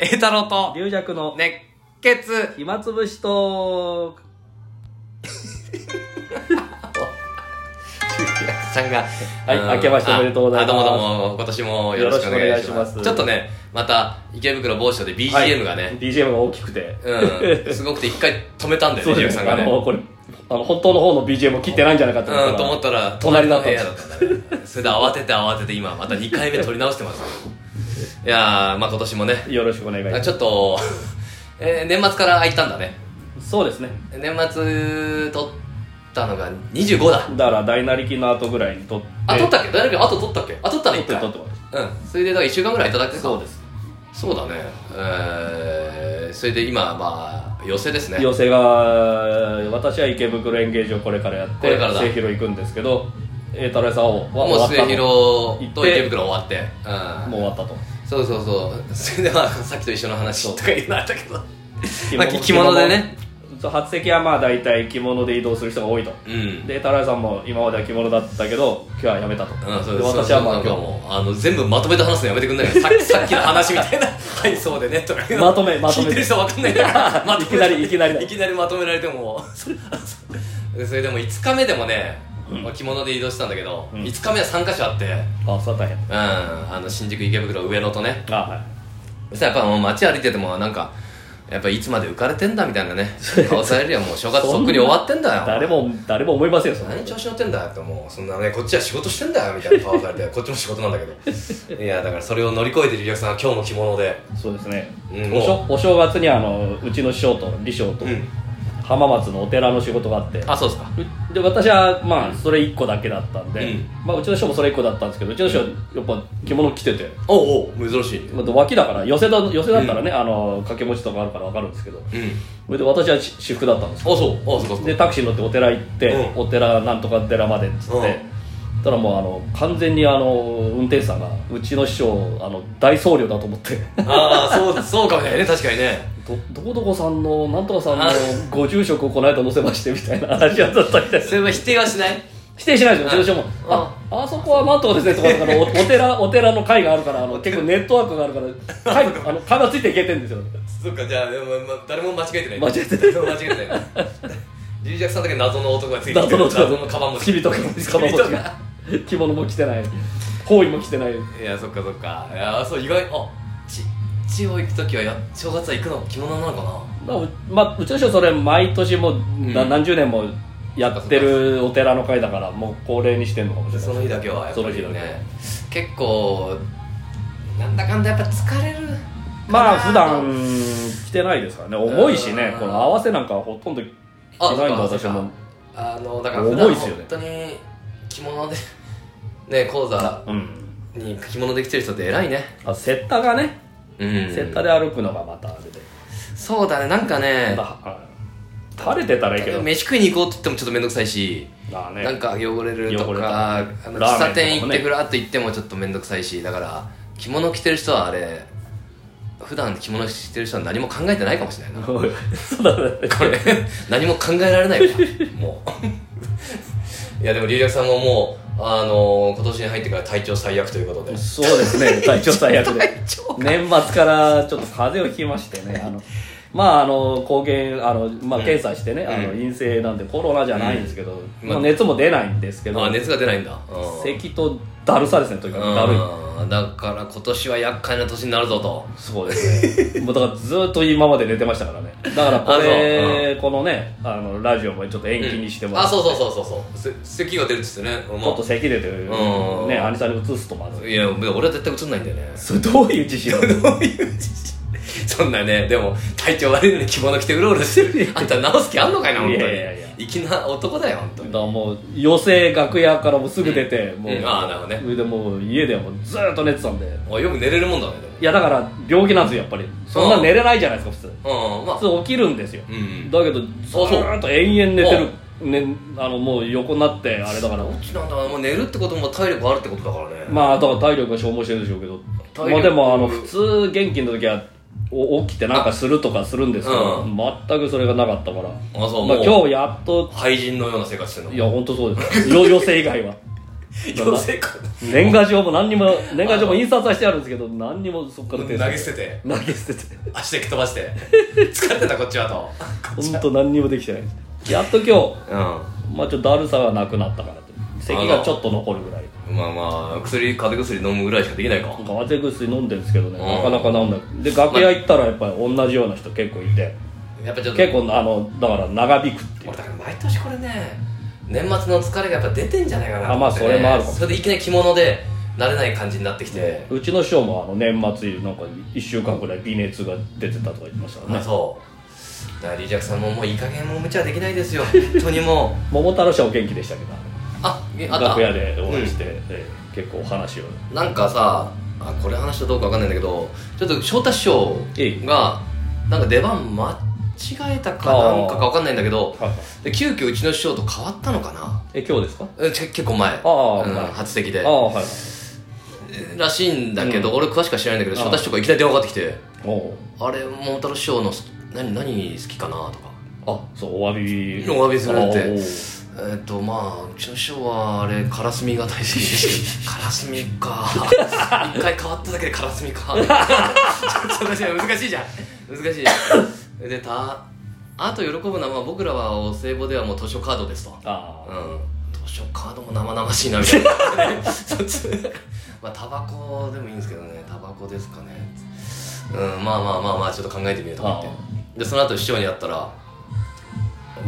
栄太郎と龍弱の熱血暇つぶしとさんが、はいうん明けましておめでとうございますああどうもどうも、今年もよろしくお願いします。よろしくお願いしますちょっとね、また池袋某所ではい BGM がね、 BGM が大きくてうん、すごくて一回止めたんだよそね、うジでュすさんねがあね。のこれあの本当の方の BGM を切ってないんじゃないかとうん、と思思っったたら、隣だった隣の部屋だったんだねそれで慌てて慌てて今、また2回目撮り直してます。いやー、まあ今年もね、らよろしくお願いしあますちょっと、えー年末から空いたんだね。そうですね年末撮ったのが25だ。だから大なりきの後ぐらいに撮ってあ、撮ったっけ大丈夫あと撮ったっけあ、撮ったら撮1って回。撮ってますうん、それでだから1週間ぐらいいただけかそうですそうだね、えー、それで今まあ寄せですね寄せが私は池袋演芸場これからやっこてれからだ末広行くんですけど栄太郎さんをはもう末の広行っとて池袋終わって、うん、もう終わったとそうそうそうそれでまあさっきと一緒の話とか言うのあったけどまあ着着物でねそう初席はまあ大体着物で移動する人が多いとうんで、タラヤさんも今までは着物だったけど、今日はやめたと。うん、そうでそう私はまあなんか今もうあの全部まとめて話すのやめて くんないかさっきさっきの話みたいな「はいそうでね」とか言うのまとめまとめ聞いてる人わかんないからまとめていきなりいきなりだいきなりまとめられても それでも5日目でもね、まあ、着物で移動してたんだけど、うん5日目は3か所あって、日あ、そうだったんや。うん、あの新宿池袋上野とねあ、はい。そしたらやっぱもう街歩いててもなんかやっぱいつまで浮かれてんだみたいなね顔されるよもう正月そっくり終わってんだよ誰も、誰も思いませんよ、そんな何調子乗ってんだよってもうそんなねこっちは仕事してんだよみたいな顔されてこっちも仕事なんだけどいやだからそれを乗り越えてるお客さんは今日も着物でそうですね。うんおしょお正月にあの、うちの師匠と、李匠と、うん浜松のお寺の仕事があって、あそうですかうで、私はまあ、それ1個だけだったんで、うんまあ、うちの師匠もそれ1個だったんですけど、うちの師匠、やっぱ着物着てて、おうおう珍しいねまあ脇だから、寄せだ、寄せだったらね、あの、掛け持ちとかあるからわかるんですけど、うんそれで私はし私服だったんですあそうあそうかそうでかタクシー乗ってお寺行って、うんお寺なんとか寺までっつって、うんたらもうあの完全にあの運転手さんがうちの師匠あの大僧侶だと思って ああそうそうかもしれないね確かにねどどこどこさんのなんとかさんのあご住職をこの間載せましてみたいな話だったみたいです それは否定はしない否定しないですようちの師匠も「うんああそこはなんとかですね」とかだからおお寺 お寺の会があるからあの結構ネットワークがあるから会あの会話ついていけてる んですよそっかじゃあでも、まあ、誰も間違えてない間違えてない間違えてない 龍尺さんだけ謎の男がついてきて謎の謎のカバンも付き人か付き人か 着物も着てない包囲も着てないいやそっかそっかいやそう意外あち地方行く時はや正月は行くの着物なのかなまあ、うまあうちの人それ毎年もう、なうん何十年もやってるお寺の会だからもう恒例にしてんのかもしれないその日だけはやっぱそのり日だけはね結構なんだかんだやっぱ疲れるかなまあ普段着てないですからね重いしねうんこの合わせなんかほとんど着あないんだそうか私そうもかあのだから普段重いっすよね本当に着物でね講座うんに着物で来てる人って偉いねあセッタがね、うんセッタで歩くのがまたあれで、そうだねなんかねまああ垂れてたらいいけど飯食いに行こうって言ってもちょっと面倒くさいし、まあねなんか汚れると汚れかたあのラーメンとかもね喫茶店行ってふらっと行ってもちょっと面倒くさいしだから着物着てる人はあれ普段着物着てる人は何も考えてないかもしれないな そうだねこ れ何も考えられないわもういやでも龍薬さんももうあの今年に入ってから体調最悪ということでそうです ね体調最悪で体調年末からちょっと風邪をひきましてねあのまああの抗原あの、まあ、検査してね、あのうん陰性なんでコロナじゃないんですけど、うんまあ、熱も出ないんですけど、あ熱が出ないんだうん咳とだるさですねとにかくだるいうんだから今年は厄介な年になるぞとそうですねもうだからずっと今まで寝てましたからねだからこれ、このねあのラジオもちょっと延期にしてもあらって、そうそうそうそうそうせ咳が出るっつってねちょっと咳出てる、うんね兄さんに移すとまずいいや俺は絶対映んないんだよねそれどういう自信どういうそんなねでも体調悪いのに着物着てうろうろしてる あんた直す気あんのかいな本当にいやいやいや粋な男だよ本当にだからもう寄席楽屋からもうすぐ出て、もう、うんああなるほどねそれでもう家でもうずーっと寝てたんであよく寝れるもんだねいやだから病気なんですよやっぱりそんな寝れないじゃないですか普通でもうんまあ普通起きるんですよ、うんだけどずそうーっと延々寝てるね、あのもう横になってあれだからどっちなんだろうもう寝るってことも体力あるってことだからねまあだから体力が消耗してるんでしょうけど体力まあでもあの普通元気の時はお起きてなんかするとかするんですけど、う全くそれがなかったからあそうまあ、もう今日やっと廃人のような生活してるいの や本当そうですよよ寄せ以外は養成校年賀状も何にも年賀状も印刷はしてあるんですけど何にもそこから投手げ捨てて投げ捨てて足で蹴飛ばして疲れてたこっちはと本当何にもできてないですやっと今日うんまあちょっとだるさがなくなったからと咳がちょっと残るぐらいまあまあ薬風邪薬飲むぐらいしかできないか風邪薬飲んでるんですけどねうんなかなか治んないで楽屋行ったらやっぱり同じような人結構いてやっぱちょっと結構あのだから長引くっていう俺だから毎年これね年末の疲れがやっぱ出てんじゃないかなとあまあ思ってねそれもあるかもそれでいきなり着物で慣れない感じになってきて、うちの師匠もあの年末なんか1週間ぐらい微熱が出てたとか言ってましたからあねそうだからリージャクさんももういい加減もう無茶はできない ですよ本当にもう桃太郎師匠は元気でしたけどあえあった楽屋でお会いして、ええ結構お話をなんかさあこれ話したどうかわかんないんだけどちょっと翔太師匠がなんか出番間違えたかあーなんかかわかんないんだけどで急遽うちの師匠と変わったのかなえ今日ですかえち結構前あーうんはい初席でああはいらしいんだけど、うん俺詳しくは知らないんだけどあー翔太師匠がいきなり電話かかってきておおう「あれ桃太郎師匠の何何好きかな?」とかあそうお詫びお詫びするってあおうえーっとまあうちの師匠はあれからすみが大好きです からすみか一回変わっただけでからすみか ちょっと難しい難しいじゃん難しいでたあと喜ぶのはまあ僕らはお歳暮ではもう図書カードですとあうあん図書カードも生々しいなみたいな そっちまあタバコでもいいんですけどねタバコですかねうんまあまあまあまあちょっと考えてみると思ってあでその後師匠に会ったら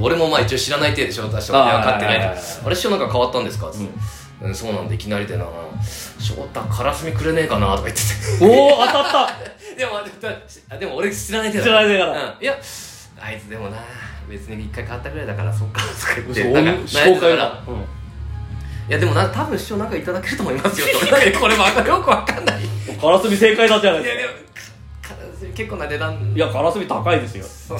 俺もまあ一応知らない体で招待してもらって分かってないあはいはいはいはいとあれ師匠なんか変わったんですか?」っつって、うんそうなんでいきなりでな「翔太からすみくれねえかな?」とか言って おお当たったてでもあでも俺知らない手だ知らない手だからうん、いやあいつでもな別に一回変わったぐらいだからそっかとか言っ嘘てなんか紹だ介からだ、うんいやでもな多分師匠なんかいただけると思いますよとなん かこれわかよくわかんないいカラスミ正解だったじゃないやですでかもか結構な値段いやカラスミ高いですよそう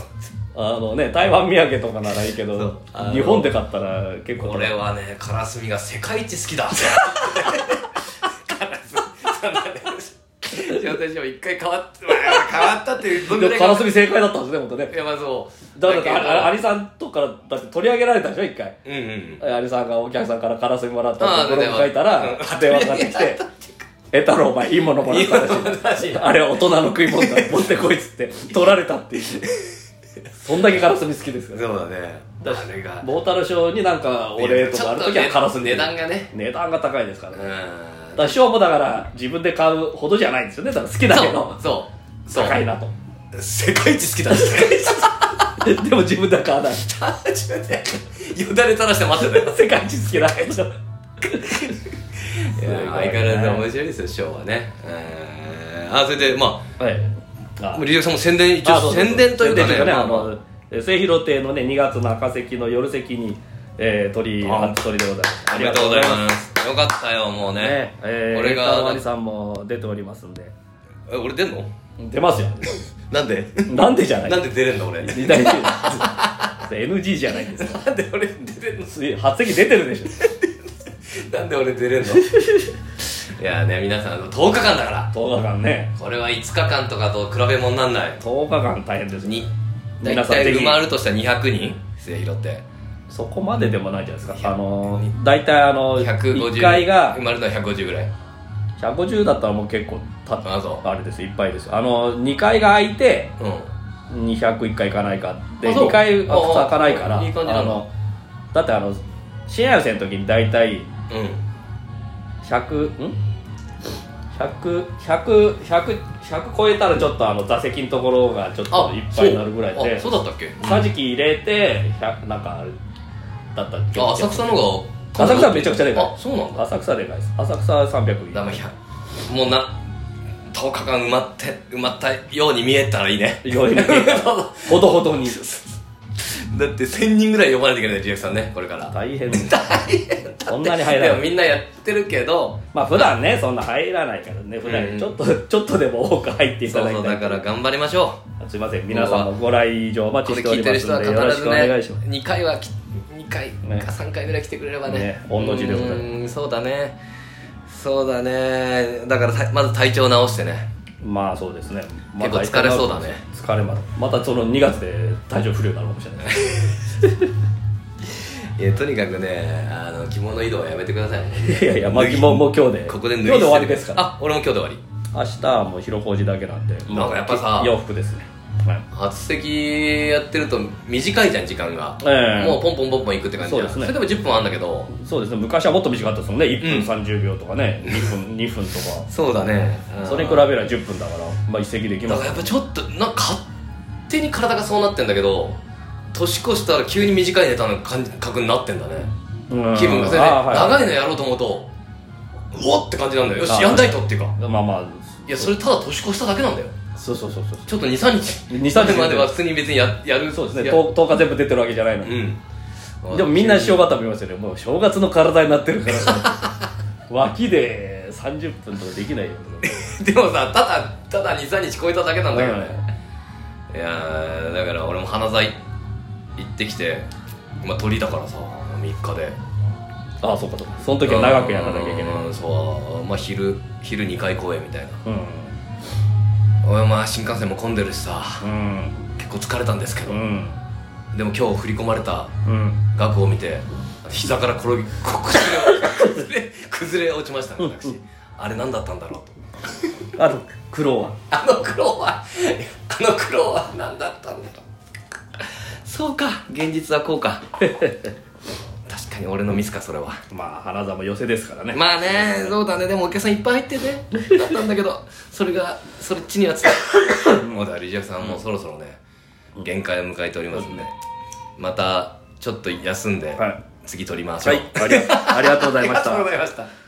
あのね台湾土産とかならいいけそうどあの日本で買ったら結構高い俺はねカラスミが世界一好きだカラスミそうなんです翔太師匠一回変わった、まあ変わったっていうどんぐでもらいカ変わラっスミ正解だったんですね本当ねいやまあそうだってけどあありさんとかだって取り上げられたでしょ一回うんうんありさんがお客さんからカラスミもらったあってブログ書いたらうん電話かかって きて「え太郎お前いいものもらったいいらしものもらったらしい いあれは大人の食い物だ持ってこい」っつって取られたっていうそんだけカラスミ好きですそかうらだねあれがモータルショーになんかお礼とかあるときはカラスミちょっと値段がね値段が高いですからねうんだからショーもだから自分で買うほどじゃないんですよねだから好きだけどそうそう高いなと 世界一好きだ世界一好きだでも自分では買わない自分でよだれ垂らして待ってたよ世界一好きだけ ど相変わらず面白いですよショーはねえーあそれでまはいああもうリリアクさんも宣伝一あ応そうそう宣伝というか宣ね伝とまああまあのえ末広亭のね2月の赤席の夜席に、えー、鳥あ初鳥でございますありがとうございますよかったよもうねねえー、俺俺ががさんも出ておりますんでえ俺出んの出ます よなんでなんでじゃないなんで出れんの俺な二大 事 NG じゃないんですよんで俺出れんの初席出てるでしょなんで俺出れんの いやね皆さん10日間だから10日間ねこれは5日間とかと比べ物になんない10日間大変ですよに大皆さんぜ体ひ埋まるとしたら200人末広ってそこまででもないじゃないですいやかあの大体あの150 1階が埋まるのは150ぐらい150だったらもう結構たあそうあれですいっぱいですあの2階が空いてうん201回行かないかであそう2回はああ咲かないからいい感じなのあのだってあの新入生の時に大体う100ん100100超えたらちょっとあの座席のところがちょっといっぱいになるぐらいあでそうだったっけ桟敷入れて100なんかあれだったっけあ浅草の方が浅草はめちゃくちゃでかいあそうなんだ浅草でかいです浅草は300だから100もうな10日間埋まって埋まったように見えたらいいね よりほどほどにだって1000人ぐらい呼ばないといけないねリアクさんねこれから大変ですそんなに入らでなもいみんなやってるけどまあ普段ねそんな入らないからね普う段んちょっと、ちょっとでも多く入っていそたうだそきうただいから頑張りましょすいません皆さんもご来場おう待これちしてお聞いりてまるす人はのでよろし必くずおね願いします、 2回はき2回ねか3回ぐらい来てくれればねね御の字でございますうんそうだねそうだねだからたまず体調直してねまあそうですね、ま結構疲れそうだね疲れますまたその2月で体調不良になるかもしれないいやとにかくねあの着物移動はやめてくださいいやいや、まあ、もうもう今日でここで脱ぎ捨てる今日で終わりですからあ俺も今日で終わり明日はもう広小路だけなんでなんかやっぱさ洋服ですね、はい初席やってると短いじゃん時間が、ええもうポンポンポンポン行くって感じじゃんそそうですねれでも10分あんだけどそうですね昔はもっと短かったですもんね1うん分30秒とかね、2分2 分とかそうだね、それにく比べらいれば10分だから、まあ、一席できだまからやっすぱちょっとなんか勝手に体がそうなってんだけど年越したら急に短いネタの感覚になってんだねうん気分がそれあね、ーはい長いのやろうと思うとうおっって感じなんだよよあーしやんないとっていうかまあまあいやそれただ年越しただけなんだよそうそうそうそうちょっと23日23日までは普通に別にややるそうですねや 10, 日全部出てるわけじゃないのに、うんでもみんな塩バター見ますよねもう正月の体になってるから 脇で30分とかできないよ でもさただただ23日超えただけなんだけどね、いやーだから俺も花材行ってきてまあ鳥だからさ3日でああそうかそうかその時は長くやらなきゃいけないうんそうまあ昼昼2回公演みたいなうん俺まあ新幹線も混んでるしさうん結構疲れたんですけど、うんでも今日振り込まれたうん額を見て膝から転びこ崩れ崩れ崩れ落ちましたね私あれ何だったんだろうとあと苦労はあの苦労はあの苦労は何だったんだろうそうか現実はこうか 確かに俺のミスかそれはまあ花座も寄せですからね、まあねそうだねでもお客さんいっぱい入ってねだったんだけどそれがそれっちには伝わる もうだからリジャクさんもうそろそろね限界を迎えておりますんでまたちょっと休んではい次撮りましょはう いありがありがとうございましありがとうたございました